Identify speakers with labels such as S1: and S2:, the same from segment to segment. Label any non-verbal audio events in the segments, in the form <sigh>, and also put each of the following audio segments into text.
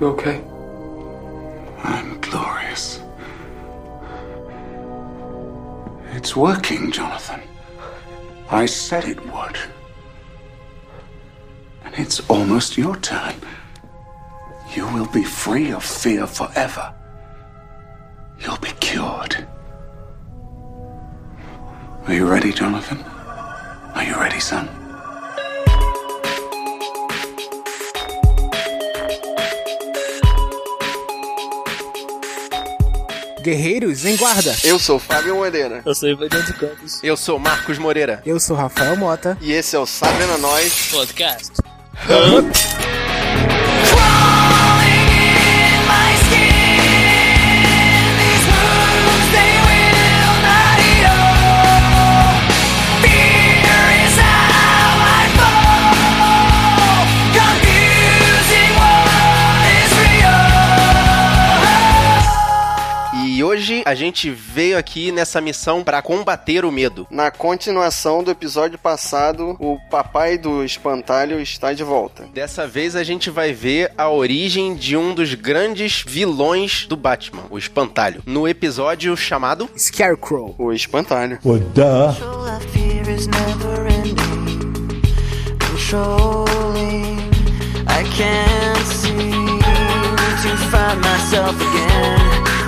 S1: You okay?
S2: I'm glorious. It's working, Jonathan. I said it would. And it's almost your turn. You will be free of fear forever. You'll be cured. Are you ready, Jonathan? Are you ready, son?
S3: Guerreiros em guarda.
S4: Eu sou Fábio Moreira.
S5: Eu sou Ivan de Campos.
S6: Eu sou Marcos Moreira.
S3: Eu sou Rafael Mota.
S4: E esse é o Sabrina Nós
S5: Podcast.
S6: E hoje a gente veio aqui nessa missão pra combater o medo.
S4: Na continuação do episódio passado, o papai do espantalho está de volta.
S6: Dessa vez a gente vai ver a origem de um dos grandes vilões do Batman, o Espantalho, no episódio chamado
S3: Scarecrow.
S4: O espantalho.
S7: Control that fear is never ending. Controlling, I can't seem to find myself again.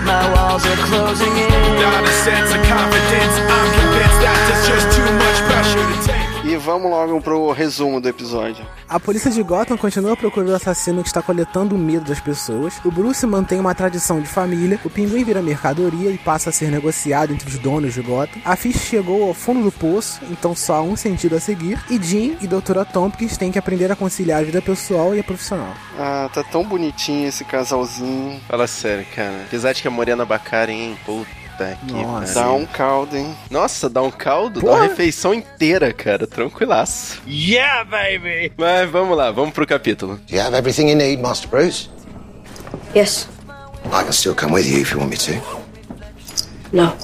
S7: My walls are closing in.
S8: Not a sense of confidence. I'm convinced that's it's just too much pressure to take.
S4: E vamos logo pro resumo do episódio.
S3: A polícia de Gotham continua procurando o assassino que está coletando o medo das pessoas. O Bruce mantém uma tradição de família. O pinguim vira mercadoria e passa a ser negociado entre os donos de Gotham. A Fish chegou ao fundo do poço, então só há um sentido a seguir. E Jim e Doutora Tompkins têm que aprender a conciliar a vida pessoal e a profissional.
S4: Ah, tá tão bonitinho esse casalzinho.
S6: Fala sério, cara. Apesar de que a Morena Bacari, hein? Puta que
S3: Nossa.
S4: Dá
S6: pariu.
S4: um caldo, hein?
S6: Nossa, dá um caldo, dá
S3: Porra.
S6: uma refeição inteira, cara. Tranquilaço.
S5: Yeah, baby!
S6: Mas vamos lá, vamos pro capítulo.
S9: Do you have everything you need, Master Bruce?
S7: Yes.
S9: I can still come with you if you want me to.
S7: No.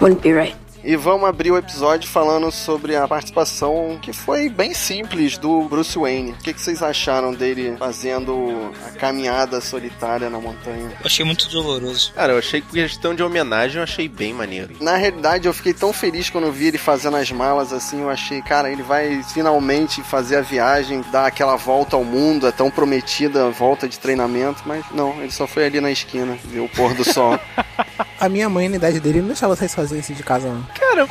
S7: Wouldn't be right.
S4: E vamos abrir o episódio falando sobre a participação que foi bem simples do Bruce Wayne. O que, que vocês acharam dele fazendo a caminhada solitária na montanha?
S5: Eu achei muito doloroso.
S6: Cara, eu achei que questão de homenagem eu achei bem maneiro.
S4: Na realidade, eu fiquei tão feliz quando eu vi ele fazendo as malas assim. Eu achei, cara, ele vai finalmente fazer a viagem, dar aquela volta ao mundo, a tão prometida volta de treinamento. Mas não, ele só foi ali na esquina, ver o pôr do sol.
S3: A minha mãe, na idade dele, não deixava eu sair sozinho assim de casa, não.
S6: Cara,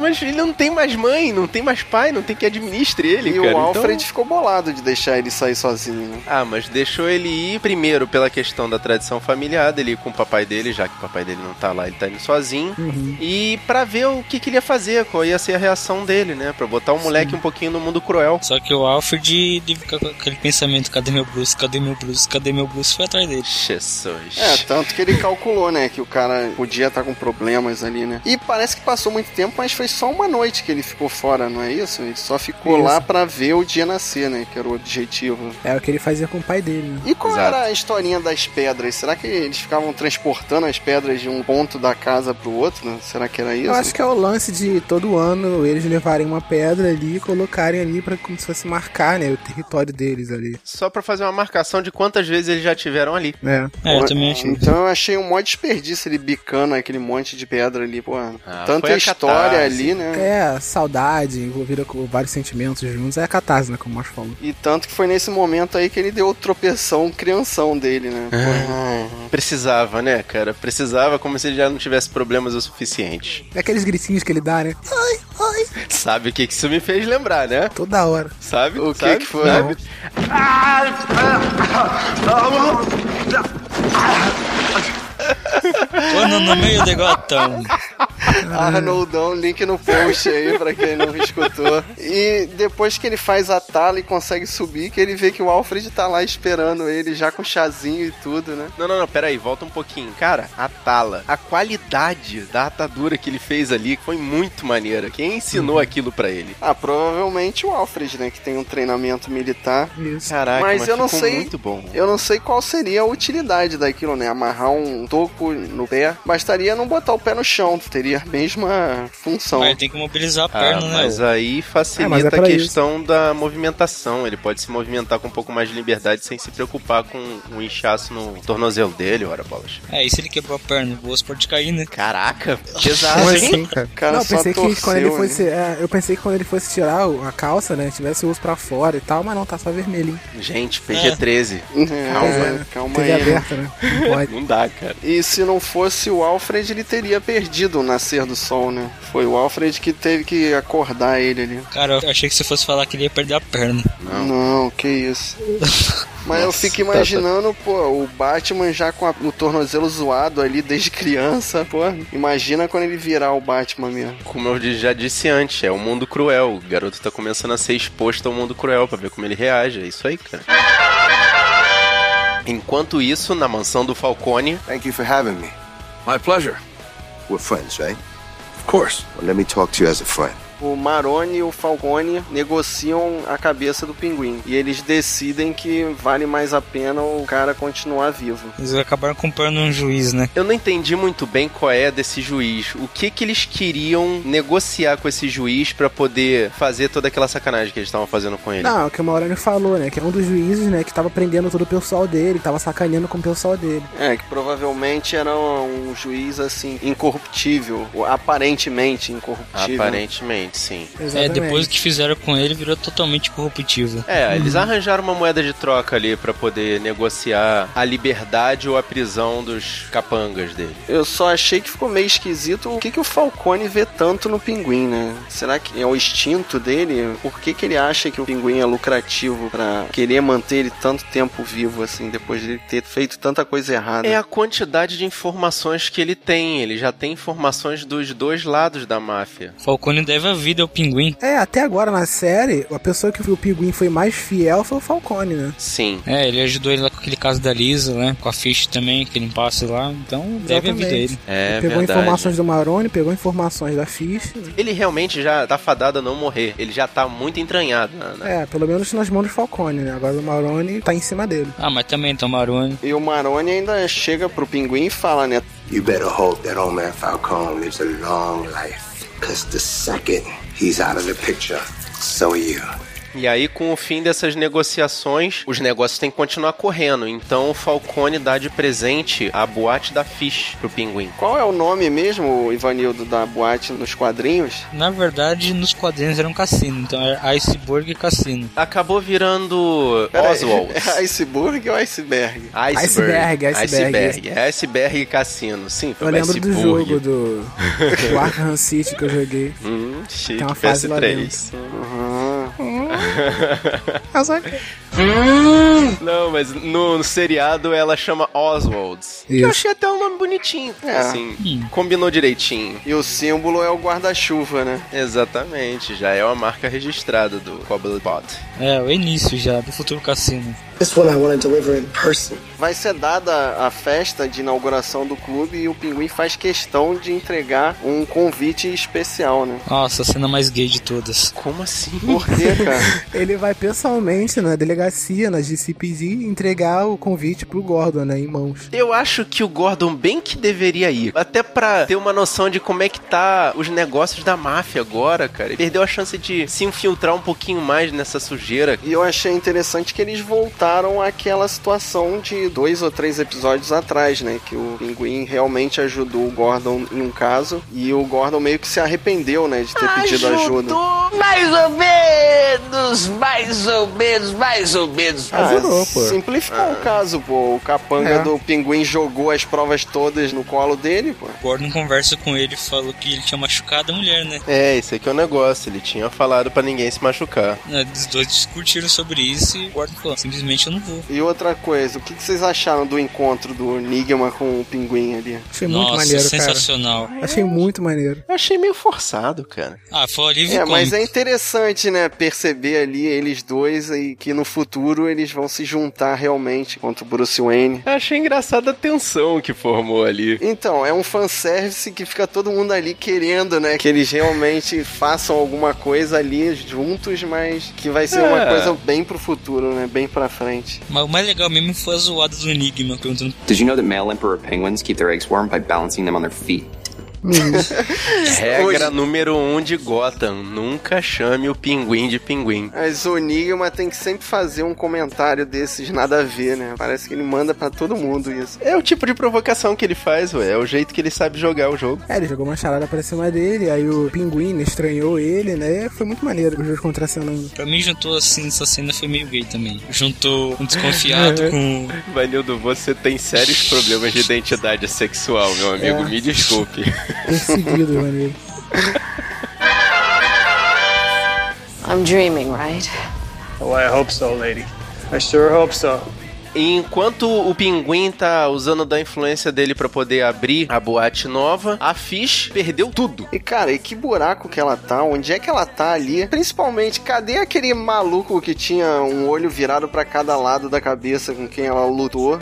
S6: mas ele não tem mais mãe, não tem mais pai, não tem <laughs> que administre ele,
S4: e
S6: cara.
S4: o
S6: Então-
S4: Alfred ficou bolado de deixar ele sair sozinho, né?
S6: Ah, mas deixou ele ir primeiro pela questão da tradição familiar dele ir com o papai dele, já que o papai dele não tá lá, ele tá indo sozinho.
S4: Uhum.
S6: E pra ver o que, que ele ia fazer, qual ia ser a reação dele, né? Pra botar o moleque um pouquinho no mundo cruel.
S5: Só que o Alfred deve ficar com aquele pensamento: cadê meu Bruce? Cadê meu Bruce? Cadê meu Bruce? Foi atrás dele.
S6: Jesus.
S4: É, tanto que ele calculou, né, que o cara podia estar com problemas ali, né? E parece que passou muito tempo, mas foi só uma noite que ele ficou fora, não é isso? Ele só ficou
S3: Isso.
S4: lá pra ver o dia nascer, né, que era o objetivo.
S3: É o que ele fazia com o pai dele, né?
S4: E qual
S6: Exato.
S4: era a historinha das pedras? Será que eles ficavam transportando as pedras de um ponto da casa pro outro? né? Será que era isso?
S3: Eu acho que é o lance de todo ano eles levarem uma pedra ali e colocarem ali para como se fosse marcar, né, o território deles ali.
S6: Só pra fazer uma marcação de quantas vezes eles já tiveram ali.
S3: É.
S5: É, eu também achei.
S4: Então eu achei um maior desperdício ele bicando aquele monte de pedra ali, pô.
S6: Ah, foi
S4: tanta
S6: a
S4: história
S6: catarse.
S4: ali, né?
S3: É, saudade, envolvida com vários sentimentos juntos, é a catarse, né, como o Marcio falou.
S4: E tanto que foi nesse momento aí que ele deu o tropeção, crianção dele, né? Pô,
S6: É. Precisava, né, cara? Precisava, como se ele já não tivesse problemas o suficiente.
S3: É aqueles gritinhos que ele dá, né? Ai, ai.
S6: Sabe o que, que isso me fez lembrar, né?
S3: Toda hora.
S6: Sabe?
S4: O que
S6: Sabe?
S4: que foi?
S6: Sabe?
S5: Quando no meio do
S6: <laughs>
S5: então, gatão.
S4: Arnoldão, link no post aí pra quem não escutou. E depois que ele faz a tala e consegue subir, que ele vê que o Alfred tá lá esperando ele, já com chazinho e tudo, né?
S6: Não, não, não, peraí, volta um pouquinho. Cara, a tala, a qualidade da atadura que ele fez ali foi muito maneira. Quem
S4: Uhum.
S6: ensinou aquilo pra ele?
S4: Ah, provavelmente o Alfred, né? Que tem um treinamento militar.
S3: Isso.
S6: Caraca,
S4: Mas
S6: mas,
S4: eu não
S6: ficou
S4: sei-
S6: muito bom.
S4: Eu não sei qual seria a utilidade daquilo, né? Amarrar um toco no pé. Bastaria não botar o pé no chão. Teria mesma função.
S5: Aí tem que mobilizar a
S6: Ah,
S5: perna, né?
S6: mas
S3: Ah,
S6: aí
S3: mas é
S6: facilita
S3: pra
S6: a
S3: isso.
S6: questão da movimentação. Ele pode se movimentar com um pouco mais de liberdade sem se preocupar com um inchaço no tornozelo dele, ora bolas.
S5: É, e se ele quebrou a perna? O bolso pode cair, né?
S6: Caraca,
S3: Como
S6: pesado, hein?
S3: assim, cara?
S4: O cara
S3: não, eu
S4: só
S3: pensei que quando ele
S4: torceu, né?
S3: fosse. é, eu pensei que quando ele fosse tirar o- a calça, né? Tivesse o osso pra fora e tal, mas não, tá só vermelhinho.
S6: Gente, PG-13.
S4: É,
S6: Calma.
S4: calma
S3: TV
S4: aí. né?
S3: aberta, né? Não pode.
S6: Não dá, cara.
S4: E se não fosse o Alfred, ele teria perdido o nascer do sol, né? Foi o Alfred que teve que acordar ele ali.
S5: Cara, eu achei que você fosse falar que ele ia perder a perna.
S4: Não, que isso. Mas eu
S6: Nossa,
S4: fico
S6: tá-
S4: imaginando, pô, o Batman já com a- o tornozelo zoado ali desde <laughs> criança, pô. Imagina quando ele virar o Batman mesmo.
S6: Como eu já disse antes, é um mundo cruel. O garoto tá começando a ser exposto ao mundo cruel pra ver como ele reage. É isso aí, cara. Enquanto isso, na mansão do Falcone,
S9: Thank you for having me.
S2: My pleasure.
S9: We're friends, eh? right?
S2: Of course.
S9: Well, let me talk to you as a friend.
S4: O Maroni e o Falcone negociam a cabeça do pinguim. E eles decidem que vale mais a pena o cara continuar vivo.
S5: Eles acabaram comprando um juiz, né?
S6: Eu não entendi muito bem qual é desse juiz. O que que eles queriam negociar com esse juiz pra poder fazer toda aquela sacanagem que eles estavam fazendo com ele?
S3: Não, é o que o Maurânio falou, né? Que é um dos juízes, né? Que tava prendendo todo o pessoal dele, que tava sacaneando com o pessoal dele.
S4: É, que provavelmente era um juiz assim, incorruptível. ou Aparentemente incorruptível.
S6: Aparentemente, sim.
S3: Exatamente.
S5: É, depois que fizeram com ele, virou totalmente corruptivo.
S6: É, eles arranjaram uma moeda de troca ali pra poder negociar a liberdade ou a prisão dos capangas dele.
S4: Eu só achei que ficou meio esquisito o que, que o Falcone vê tanto no pinguim, né? Será que é o instinto dele? Por que, que ele acha que o pinguim é lucrativo pra querer manter ele tanto tempo vivo, assim, depois de ele ter feito tanta coisa errada?
S3: né?
S6: É a quantidade de informações que ele tem. Ele já tem informações dos dois lados da máfia.
S5: Falcone deve a vida ao pinguim.
S3: É, até agora na série, a pessoa que o Pinguim foi mais fiel foi o Falcone, né?
S6: Sim.
S5: É, ele ajudou ele lá com aquele caso da Lisa, né? Com a Fish também, aquele impasse lá. Então, deve a vida a ele.
S3: Exatamente.
S6: É
S3: pegou
S6: verdade.
S3: informações do Maroni, pegou informações da Fish.
S6: Ele realmente já tá fadado a não morrer. Ele já tá muito entranhado. na- na-
S3: É, pelo menos nas mãos do Falcone, né? Agora o Maroni tá em cima dele.
S5: Ah, mas também né? Tamarone.
S4: E o Maroni ainda chega pro pinguim e fala, né?
S9: You better hope that old man Falcone lives a long life. Because the second he's out of the picture, so are you.
S6: E aí, com o fim dessas negociações, os negócios têm que continuar correndo. Então, o Falcone dá de presente a boate da Fish pro pinguim.
S4: Qual é o nome mesmo, Ivanildo, da boate nos quadrinhos?
S5: Na verdade, nos quadrinhos era um cassino. Então, era Iceberg Cassino.
S6: Acabou virando
S4: Pera aí,
S6: Oswald.
S4: <laughs> É iceberg ou iceberg?
S3: <laughs>
S6: Iceberg.
S3: Iceberg, iceberg.
S6: Iceberg, iceberg e cassino. Sim, um
S3: Eu lembro do jogo do,
S6: <laughs>
S3: do Arkham City que eu joguei.
S6: Hum, chique,
S3: Tem uma fase Uhum. lá
S6: PS3. Uhum.
S3: Eu só-
S6: Uhum. Não, mas no, no seriado ela chama Oswalds. Que
S3: Isso.
S6: Eu achei até um nome bonitinho.
S4: É.
S6: Assim, combinou direitinho.
S4: E o símbolo é o guarda-chuva, né?
S6: Exatamente, já é uma marca registrada do Cobblepot.
S5: É, o início já, do futuro cassino.
S1: This one I want to deliver in person.
S4: Vai ser dada a festa de inauguração do clube e o Pinguim faz questão de entregar um convite especial, né?
S5: Nossa, a cena mais gay de todas.
S6: Como assim?
S4: Por
S3: <laughs>
S4: quê, cara?
S3: Ele vai pessoalmente na delegacia, na GCPD, entregar o convite pro Gordon, né? Em mãos.
S6: <laughs> Eu acho que o Gordon bem que deveria ir. Até pra ter uma noção de como é que tá os negócios da máfia agora, cara. Ele perdeu a chance de se infiltrar um pouquinho mais nessa sujeira.
S4: E eu achei interessante que eles voltaram àquela situação de dois ou três episódios atrás, né? Que o Pinguim realmente ajudou o Gordon em um caso e o Gordon meio que se arrependeu, né? De ter pedido ajuda.
S7: Mais ou menos, mais ou menos, mais ou menos.
S3: Ah, Ajudou, pô.
S4: Ah, Simplificou o caso, pô. O capanga
S3: É.
S4: do Pinguim jogou as provas todas no colo dele, pô.
S5: O Gordon conversa com ele e falou que ele tinha machucado a mulher, né?
S6: É, esse aqui é o negócio. Ele tinha falado para ninguém se machucar.
S5: Né, Os dois discutiram sobre isso e o Gordon falou: simplesmente eu não vou.
S4: E outra coisa, o que que vocês acharam do encontro do Enigma com o Pinguim ali?
S3: Achei muito
S5: Nossa,
S3: maneiro, cara.
S5: sensacional.
S3: Achei muito maneiro.
S6: Eu achei meio forçado, cara.
S5: Ah, foi o alívio
S4: É, mas
S5: cômico.
S4: é interessante, né, perceber ali eles dois e que no futuro eles vão se juntar realmente contra o Bruce Wayne.
S6: Eu achei engraçada a tensão que formou ali.
S4: Então, é um fanservice que fica todo mundo ali querendo, né, que eles realmente <laughs> façam alguma coisa ali juntos, mas que vai ser uma
S6: É.
S4: coisa bem pro futuro, né, bem pra frente.
S5: um- Mas o mais legal mesmo foi a zoada do Enigma, perguntando
S10: Did you know that male emperor penguins keep their eggs warm by balancing them on their feet?
S6: Regra número um de Gotham: nunca chame o pinguim de pinguim.
S4: Mas o Enigma tem que sempre fazer um comentário desses nada a ver, né? Parece que ele manda pra todo mundo isso.
S6: É o tipo de provocação que ele faz, ué. É o jeito que ele sabe jogar o jogo.
S3: É, ele jogou uma charada pra cima dele, aí o pinguim estranhou ele, né? Foi muito maneiro os dois contracenando.
S5: Pra mim juntou assim, essa cena foi meio gay também. Juntou
S3: <laughs>
S5: um desconfiado com.
S6: Vanildo, você tem sérios problemas de identidade sexual, meu amigo. Me desculpe.
S3: Perseguido, maneiro.
S7: I'm dreaming, right?
S10: Oh, I hope so, lady. I sure hope so.
S6: Enquanto o pinguim tá usando da influência dele pra poder abrir a boate nova, a Fish perdeu tudo.
S4: E cara, e que buraco que ela tá? Onde é que ela tá ali? Principalmente, cadê aquele maluco que tinha um olho virado pra cada lado da cabeça com quem ela
S6: <laughs>
S4: lutou?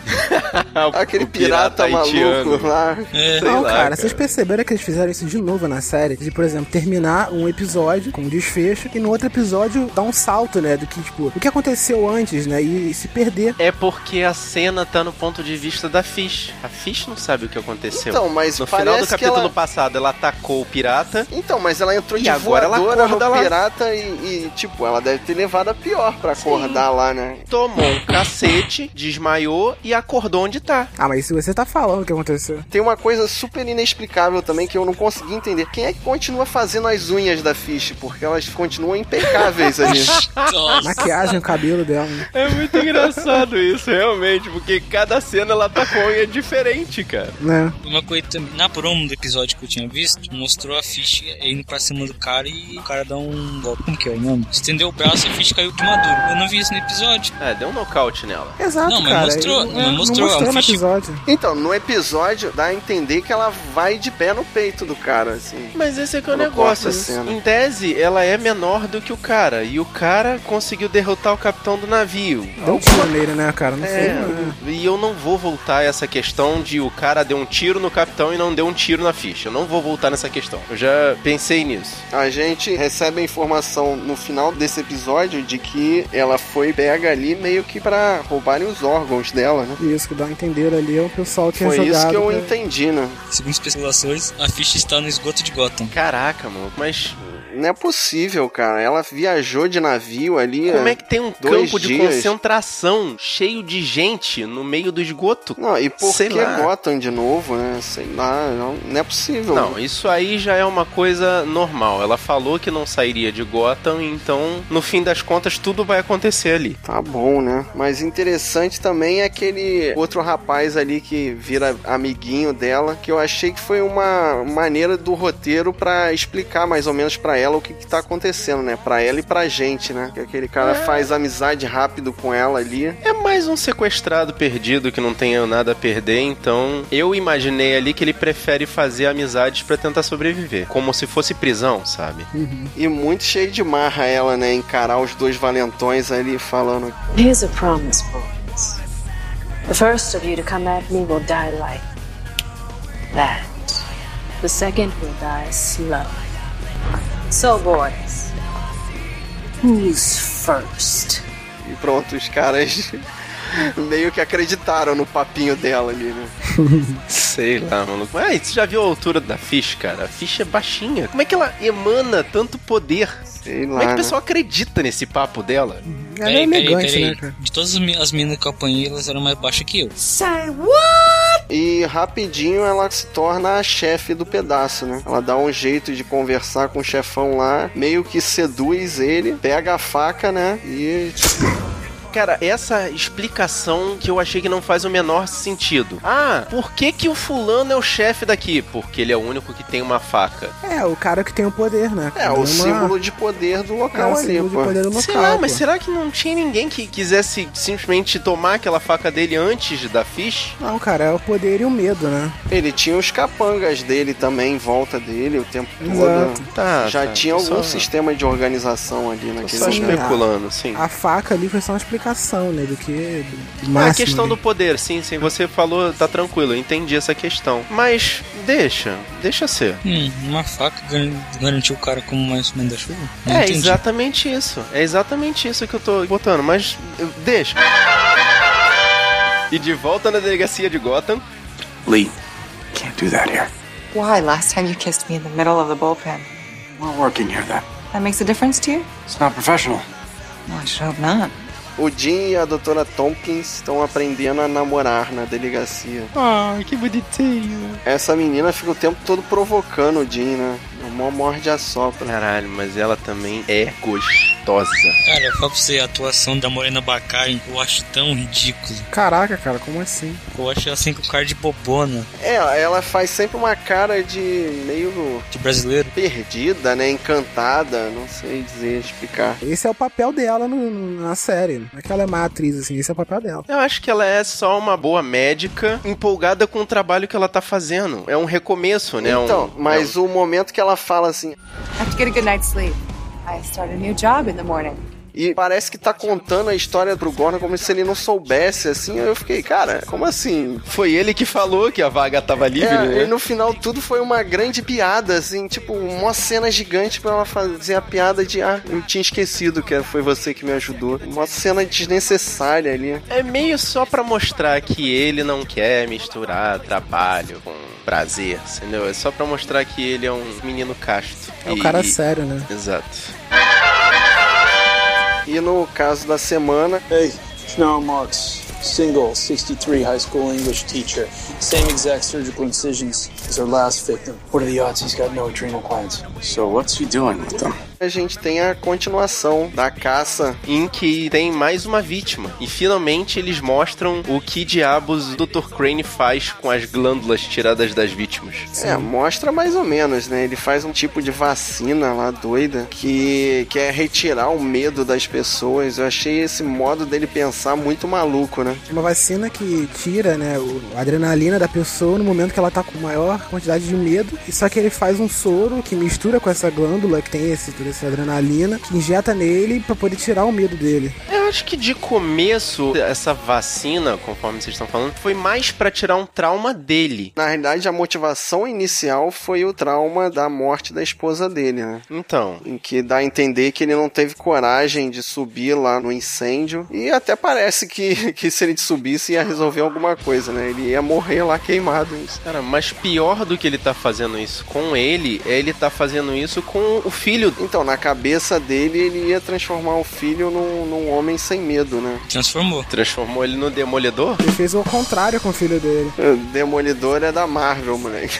S4: aquele
S6: O
S4: pirata, maluco
S6: haitiano.
S4: lá.
S5: É, <laughs>
S6: Sei
S3: Não,
S6: lá,
S3: cara,
S6: cara.
S3: vocês perceberam que eles fizeram isso de novo na série? De, por exemplo, terminar um episódio com um desfecho e no outro episódio dar um salto, né? Do que, tipo, o que aconteceu antes, né? E, se perder.
S6: É porque a cena tá no ponto de vista da Fish. A Fish não sabe o que aconteceu.
S4: Então, mas
S6: no final do
S4: parece que
S6: capítulo
S4: ela-
S6: passado, ela atacou o pirata.
S4: Então, mas ela entrou
S6: E
S4: de
S6: agora ela
S4: voadora no
S6: acorda lá.
S4: pirata e, e, tipo, ela deve ter levado a pior pra acordar lá, né?
S6: Tomou um cacete, desmaiou e acordou onde tá.
S3: Ah, mas se você tá falando o que aconteceu.
S4: Tem uma coisa super inexplicável também que eu não consegui entender. Quem é que continua fazendo as unhas da Fish? Porque elas continuam impecáveis
S6: <laughs>
S4: ali.
S5: nossa,
S3: Maquiagem, o cabelo dela. né?
S6: É muito engraçado isso, realmente, porque cada cena ela tá com unha diferente, cara.
S3: Né?
S5: uma coisa também. Na promo do episódio que eu tinha visto, mostrou a Fish indo pra cima do cara e o cara dá um golpe. Como que é o nome? Estendeu o braço e a Fish caiu de maduro. Eu não vi isso no episódio.
S6: É, deu um nocaute nela.
S3: Exato,
S5: Não, mas
S3: cara.
S5: mostrou,
S3: Eu-
S5: mas
S3: eu- Não
S5: mostrou, é
S3: mostrou
S5: um
S3: no
S5: fish-
S3: episódio.
S4: Então, no episódio, dá a entender que ela vai de pé no peito do cara, assim.
S6: Mas esse é que é o
S4: Ela corta
S6: negócio.
S4: a cena.
S6: Em tese, ela é menor do que o cara. E o cara conseguiu derrotar o capitão do navio.
S3: Deu um tiro nele, né, cara? Não sei.
S6: É,
S3: né?
S6: e eu não vou voltar a essa questão de o cara deu um tiro no capitão e não deu um tiro na ficha. Eu não vou voltar nessa questão. Eu já pensei nisso.
S4: A gente recebe a informação no final desse episódio de que ela foi pega ali meio que pra roubarem os órgãos dela, né?
S3: Isso que dá a entender ali é o pessoal que tinha
S4: Foi
S3: jogado.
S4: isso que eu
S3: pra-
S4: entendi, né?
S5: Segundo especulações, a Fish está no esgoto de Gotham.
S6: Caraca, maluco, mas
S4: Não é possível, cara. Ela viajou de navio ali. né?
S6: como é que tem um
S4: Dois
S6: campo de
S4: dias.
S6: concentração cheio de gente no meio do esgoto?
S4: Não, e por
S6: Sei
S4: que
S6: lá.
S4: Gotham de novo, né? Sei lá, não, não é possível.
S6: Não, isso aí já é uma coisa normal. Ela falou que não sairia de Gotham, então no fim das contas tudo vai acontecer ali.
S4: Tá bom, né? Mas interessante também é aquele outro rapaz ali que vira amiguinho dela, que eu achei que foi uma maneira do roteiro pra explicar mais ou menos pra ela o que, que tá acontecendo, né? Pra ela e pra gente, né? Que aquele cara faz amizade rápido com ela ali.
S6: É mais um sequestrado perdido que não tem nada a perder, então eu imaginei ali que ele prefere fazer amizades pra tentar sobreviver, como se fosse prisão, sabe?
S4: E muito cheio de marra ela, né? Encarar os dois valentões ali falando.
S7: Here's a promise, boys. The first of you to come at me will die like that. The second will die slow. So, boys, who's first?
S4: E pronto, os caras <laughs> meio que acreditaram no papinho dela ali, né?
S6: Sei lá, maluco. Ah, e você já viu a altura da Fish, cara? A Fish é baixinha. Como é que ela emana tanto poder?
S4: Sei lá.
S6: Como é que o
S4: né?
S6: pessoal acredita nesse papo dela?
S3: Ela é elegante, né, cara?
S5: De todas as mi- as meninas que eu apanhei, elas eram mais baixas que eu.
S4: E rapidinho ela se torna a chefe do pedaço, né? Ela dá um jeito de conversar com o chefão lá, meio que seduz ele, pega a faca, né? E.
S6: Cara, essa explicação que eu achei que não faz o menor sentido. Ah, por que que o fulano é o chefe daqui? Porque ele é o único que tem uma faca.
S3: É, o cara que tem o poder, né?
S4: É, o
S3: Uma-
S4: símbolo de poder do
S3: É
S4: local
S3: o
S4: ali,
S3: símbolo de
S4: pô.
S3: poder do local.
S6: Sei lá, mas
S3: pô.
S6: será que não tinha ninguém que quisesse simplesmente tomar aquela faca dele antes da Fish?
S3: Não, cara, é o poder e o medo, né?
S4: Ele tinha os capangas dele também em volta dele o tempo todo.
S3: Exato.
S6: Tá,
S4: Já
S6: tá,
S4: tinha
S6: tô
S4: algum
S6: só-
S4: sistema de organização ali
S6: tô
S4: naquele
S6: Só
S3: Sim,
S4: lugar.
S6: especulando, sim.
S3: A faca ali foi só uma explicação, né? Do que. Do
S6: Ah,
S3: máximo,
S6: a questão
S3: né?
S6: do poder, sim, sim. Você falou, tá tranquilo, eu entendi essa questão. Mas deixa, deixa ser.
S5: Hum, uma faca gar- garantiu o cara como mais manda-chuva? Não
S6: É
S5: entendi.
S6: exatamente isso. É exatamente isso que eu tô botando, mas eu- deixa. E de volta na delegacia de Gotham,
S2: Lee, can't do that here.
S11: Why? Last time you kissed me in the middle of the bullpen.
S12: We're working here, that.
S11: That makes a difference to you?
S12: It's not professional.
S11: Well, I should hope not.
S4: O Jim e a doutora Tompkins estão aprendendo a namorar na delegacia.
S6: Ah, que bonitinho.
S4: Essa menina fica o tempo todo provocando o Jim, né? O mó morde a sopra.
S6: Caralho, mas ela também é gostosa.
S5: Cara, eu falo pra você, a atuação da Morena Bacari eu acho tão ridículo.
S3: Caraca, cara, como assim?
S5: Eu acho ela assim com cara de bobona.
S4: É, ela faz sempre uma cara de meio.
S5: De brasileiro?
S4: Perdida, né? Encantada, não sei dizer, explicar.
S3: Esse é o papel dela no- na série. Não é que ela é má atriz, assim, esse é o papel dela.
S6: Eu acho que ela é só uma boa médica empolgada com o trabalho que ela tá fazendo. É um recomeço, né?
S4: Então,
S6: um,
S4: mas o momento que ela fala assim.
S11: Have to get a good night's sleep. I start a new job in the morning.
S4: E parece que tá contando a história do Gorna como se ele não soubesse, assim. Eu fiquei, cara, como assim?
S6: Foi ele que falou que a vaga tava livre,
S4: É,
S6: né?
S4: E no final tudo foi uma grande piada, assim, tipo, uma cena gigante pra ela fazer a piada de ah, eu tinha esquecido que foi você que me ajudou. Uma cena desnecessária ali.
S6: É meio só pra mostrar que ele não quer misturar trabalho com prazer, entendeu? É só pra mostrar que ele é um menino casto.
S3: É um cara sério, né?
S6: Exato.
S4: E no caso da semana.
S13: Hey, Chanel Marks, single, 63, high school English teacher. Same exact surgical incisions as her last victim. What are the odds he's got no adrenal glands?
S12: So what's he doing with them?
S4: A gente tem a continuação da caça.
S6: Em que tem mais uma vítima. E finalmente eles mostram o que diabos o Dr. Crane faz com as glândulas tiradas das vítimas.
S4: É, mostra mais ou menos, né? Ele faz um tipo de vacina lá doida que quer retirar o medo das pessoas. Eu achei esse modo dele pensar muito maluco, né?
S3: Uma vacina que tira, né, o- a adrenalina da pessoa no momento que ela tá com maior quantidade de medo. E só que ele faz um soro que mistura com essa glândula que tem esse, toda essa adrenalina, que injeta nele pra poder tirar o medo dele.
S6: Eu acho que de começo, essa vacina, conforme vocês estão falando, foi mais pra tirar um trauma dele.
S4: Na realidade, a motivação inicial foi o trauma da morte da esposa dele, né?
S6: Então.
S4: Em que dá a entender que ele não teve coragem de subir lá no incêndio. E até parece que, <laughs> que se ele subisse ia resolver alguma coisa, né? Ele ia morrer lá queimado.
S6: Cara, mas pior do que ele tá fazendo isso com ele, é ele tá fazendo isso com o filho.
S4: Então, na cabeça dele, ele ia transformar o filho num, num homem sem medo, né?
S5: Transformou.
S6: Transformou ele no demolidor?
S3: Ele fez o contrário com o filho dele.
S4: Demolidor é da Marvel, moleque.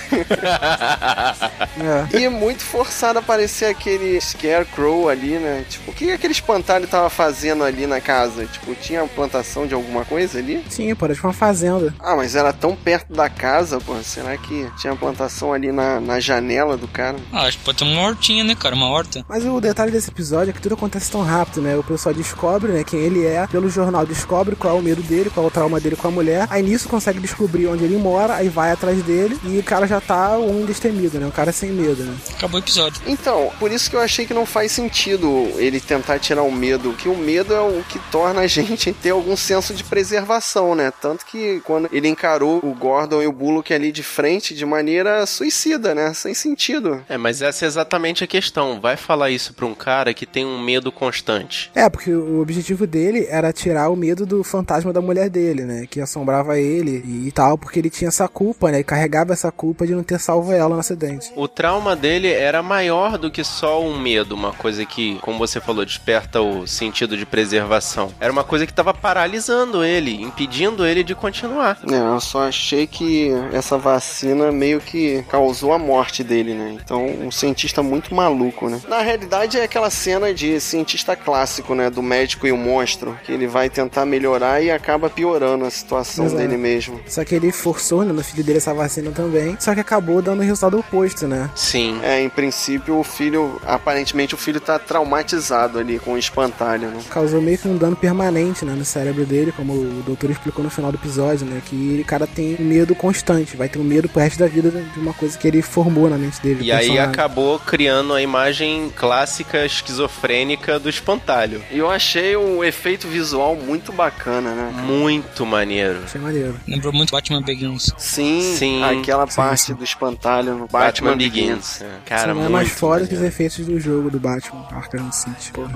S3: É.
S4: E muito forçado aparecer aquele Scarecrow ali, né? Tipo, o que aquele espantalho tava fazendo ali na casa? Tipo, tinha plantação de alguma coisa ali?
S3: Sim, pô, era tipo uma fazenda.
S4: Ah, mas era tão perto da casa, pô. Será que tinha plantação ali na, na janela do cara?
S5: Ah, acho que pode ter uma hortinha, né, cara? Uma horta.
S3: Mas o detalhe desse episódio é que tudo acontece tão rápido, né? O pessoal descobre, né, quem ele é, pelo jornal descobre qual é o medo dele, qual é o trauma dele com a mulher. Aí nisso consegue descobrir onde ele mora, aí vai atrás dele e o cara já tá um destemido, né? O cara sem medo, né?
S5: Acabou o episódio.
S4: Então, por isso que eu achei que não faz sentido ele tentar tirar o medo, que o medo é o que torna a gente ter algum senso de preservação, né? Tanto que quando ele encarou o Gordon e o Bullock ali de frente de maneira suicida, né? Sem sentido.
S6: É, mas essa é exatamente a questão. Vai falar isso pra um cara que tem um medo constante.
S3: É, porque o objetivo dele era tirar o medo do fantasma da mulher dele, né? Que assombrava ele e tal, porque ele tinha essa culpa, né? Ele carregava essa culpa de não ter salvo ela no acidente.
S6: O trauma dele era maior do que só um medo, uma coisa que, como você falou, desperta o sentido de preservação. Era uma coisa que tava paralisando ele, impedindo ele de continuar.
S4: É, eu só achei que essa vacina meio que causou a morte dele, né? Então, um cientista muito maluco, né? Na realidade, é aquela cena de cientista clássico, né? Do médico e o monstro, que ele vai tentar melhorar e acaba piorando a situação
S3: Exato.
S4: dele mesmo.
S3: Só que ele forçou né, no filho dele essa vacina também, só que acabou dando o resultado oposto, né?
S6: Sim.
S4: É, em princípio, o filho, aparentemente, o filho tá traumatizado ali com o espantalho, né?
S3: Causou meio que um dano permanente, né, no cérebro dele, como o doutor explicou no final do episódio, né? Que o cara tem medo constante, vai ter um medo pro resto da vida de uma coisa que ele formou na mente dele.
S6: E aí
S3: personagem.
S6: acabou criando a imagem clássica esquizofrênica do espantalho.
S4: E eu achei o um efeito visual muito bacana, né?
S6: Muito maneiro.
S3: Achei é maneiro.
S5: Lembrou muito Batman Begins.
S4: Sim,
S6: Sim.
S4: aquela
S6: Sim,
S4: parte
S6: sim.
S4: do espantalho no Batman,
S6: Batman,
S4: Begins.
S6: Begins. é. Cara,
S3: Isso não é
S6: muito
S3: mais fora que os
S6: maneiro.
S3: efeitos do jogo do Batman, Arkham City. Porra.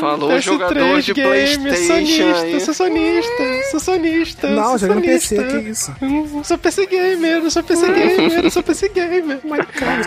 S4: Falou
S6: PS3
S4: jogador de
S6: game,
S4: Playstation
S6: sonista,
S4: aí.
S6: sou sonista, sou sonista.
S3: Não,
S6: sou
S3: joguei no PC,
S6: sonista.
S3: que isso?
S6: Hum, Sou PC gamer, eu sou PC gamer, eu sou PC gamer.
S3: My God.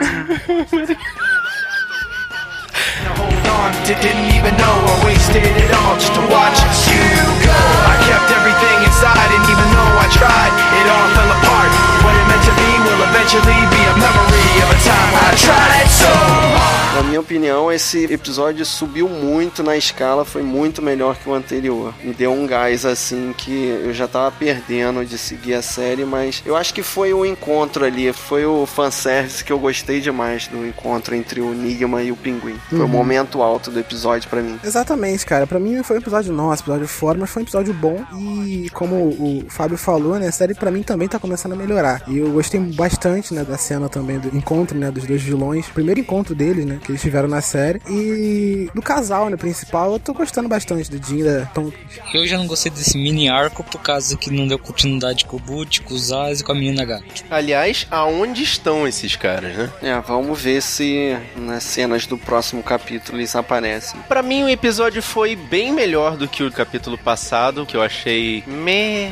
S8: on, di- didn't even know I wasted it all just to watch you go. I kept everything inside, and even though I tried, it all fell apart. What it meant to be will eventually be a memory of a time I tried so hard.
S4: Na minha opinião, esse episódio subiu muito na escala, foi muito melhor que o anterior. Me deu um gás assim que eu já tava perdendo de seguir a série, mas eu acho que foi o encontro ali, foi o fanservice que eu gostei demais do encontro entre o Enigma e o Pinguim. Foi o
S3: Uhum.
S4: momento alto do episódio pra mim.
S3: Exatamente, cara. Pra mim foi um episódio nosso, episódio fora, mas foi um episódio bom. E como o Fábio falou, né, a série pra mim também tá começando a melhorar. E eu gostei bastante, né, da cena também do encontro, né, dos dois vilões. Primeiro encontro deles, né, que eles tiveram na série. E do casal, né, principal, eu tô gostando bastante do né. Então, Jim, da Tom.
S5: Eu já não gostei desse mini arco por causa que não deu continuidade com o Boot, com o Zaz e com a menina gata.
S6: Aliás, aonde estão esses caras, né?
S4: É, vamos ver se nas cenas do próximo capítulo eles aparecem.
S6: Pra mim, o episódio foi bem melhor do que o capítulo passado, que eu achei meh.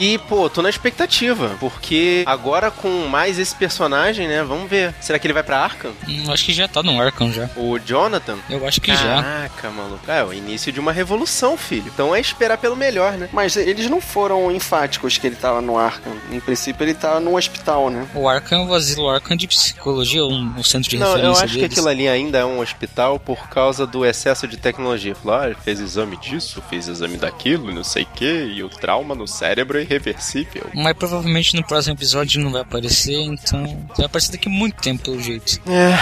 S6: E, pô, tô na expectativa, porque agora com mais esse personagem, né, vamos ver. Será que ele vai pra Arkham?
S5: Hum, acho que já tá no Arkham já.
S6: O Jonathan?
S5: Eu acho que
S6: Ah.
S5: já.
S6: Caraca, maluco. É, o início de uma revolução, filho. Então é esperar pelo melhor, né?
S4: Mas eles não foram enfáticos que ele tava no Arkham. Em princípio, ele tava num hospital, né?
S5: O Arkham é o asilo Arkham de psicologia, um, um centro de
S6: Não,
S5: referência
S6: eu acho que
S5: deles.
S6: aquilo ali ainda é um hospital por causa do excesso de tecnologia. Falou, ah, ele fez exame disso, fez exame daquilo, não sei o quê, e o trauma no cérebro é irreversível.
S5: Mas provavelmente no próximo episódio não vai aparecer, então. Vai aparecer daqui a muito tempo, pelo jeito.
S6: É.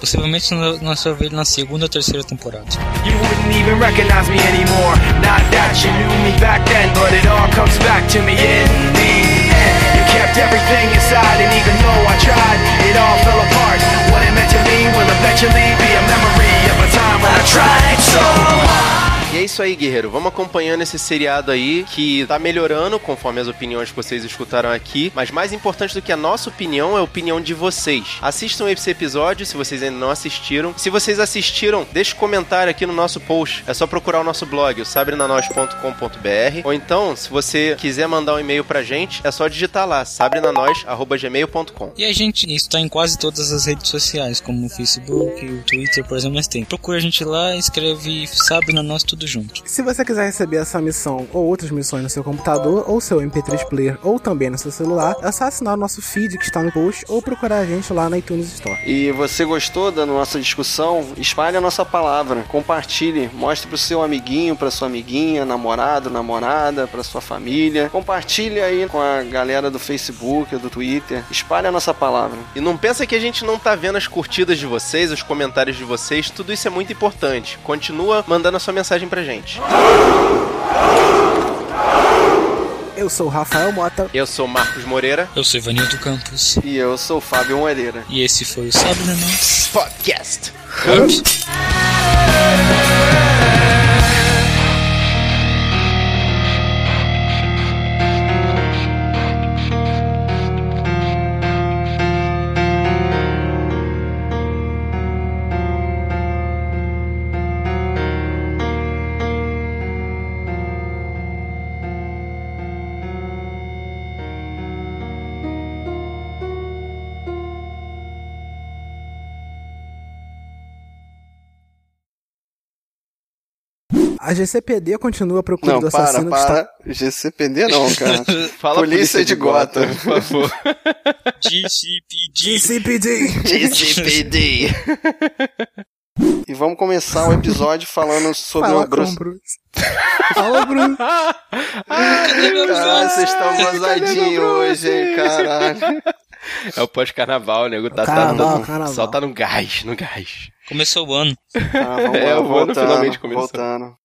S5: Possivelmente nós nós só vamos ver ele na segunda ou terceira temporada.
S8: You wouldn't even recognize me anymore. Not that you knew me back then, but it all comes back to me in the end. You kept everything inside, and even though I tried, it all fell apart. What it meant to me will eventually be a memory of a time when I tried so hard.
S6: E é isso aí, guerreiro. Vamos acompanhando esse seriado aí que tá melhorando conforme as opiniões que vocês escutaram aqui. Mas mais importante do que a nossa opinião é a opinião de vocês. Assistam esse episódio se vocês ainda não assistiram. Se vocês assistiram, deixe um comentário aqui no nosso post. É só procurar o nosso blog, o sabrenanois.com.br. Ou então, se você quiser mandar um e-mail pra gente, é só digitar lá, sabrenanois.gmail.com.
S5: E a gente está em quase todas as redes sociais, como o Facebook, o Twitter, por exemplo, mas tem. Procura a gente lá, escreve Sabe na Nós tudo junto.
S3: Se você quiser receber essa missão ou outras missões no seu computador, ou seu MP3 player, ou também no seu celular, é só assinar o nosso feed que está no post ou procurar a gente lá na iTunes Store.
S4: E você gostou da nossa discussão? Espalhe a nossa palavra, compartilhe, mostre pro seu amiguinho, pra sua amiguinha, namorado, namorada, pra sua família. Compartilhe aí com a galera do Facebook, do Twitter. Espalhe a nossa palavra.
S6: E não pensa que a gente não tá vendo as curtidas de vocês, os comentários de vocês, tudo isso é muito importante. Continua mandando a sua mensagem pra gente.
S3: Eu sou o Rafael Mota.
S6: Eu sou Marcos Moreira.
S5: Eu sou Ivanildo Campos.
S4: E eu sou o Fábio Moreira.
S5: E esse foi o Sabe na Nós.
S6: Podcast.
S5: Ups.
S3: A GCPD continua procurando
S4: Não,
S3: o
S4: para,
S3: assassino que está.
S4: para. GCPD não, <laughs> cara.
S6: Fala
S4: Polícia de Gotham.
S6: por favor.
S5: GCPD.
S3: GCPD!
S6: GCPD.
S4: E vamos começar o episódio falando sobre
S3: Fala
S4: o Bruce.
S3: com o Bruce. Fala, Bruce.
S4: Cara, Ah, vocês estão gozadinhos hoje, hein, <laughs> caralho.
S6: É o pós-carnaval, o nego. Tá, tá,
S3: Carnaval,
S6: tá,
S3: carnaval.
S6: Só tá no gás, no gás.
S5: Começou o ano.
S4: Ah, vamos lá,
S6: É, o ano
S4: voltando,
S6: finalmente começou.
S4: voltando.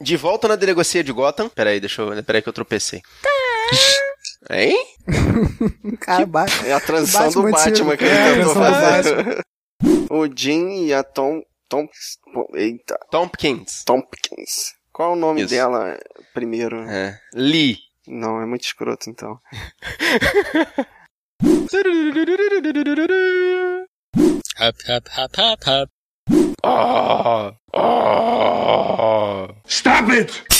S6: De volta na delegacia de Gotham. Peraí, deixa eu. Peraí que eu tropecei. Tá. Hein?
S3: Cara, bate.
S4: É a transição do
S3: Batman
S4: Batman
S3: antigo.
S4: que
S3: É, a
S4: <laughs> ele tentou
S3: transição do
S4: fazer. O Jim e a Tom Tom... Eita.
S6: Tompkins.
S4: Tompkins. Qual é o nome
S6: Isso.
S4: dela primeiro?
S6: É. Lee.
S4: Não, é muito escroto então.
S5: Hop, hop, hop,
S6: Ah,
S5: hop, hop.
S6: Stop it!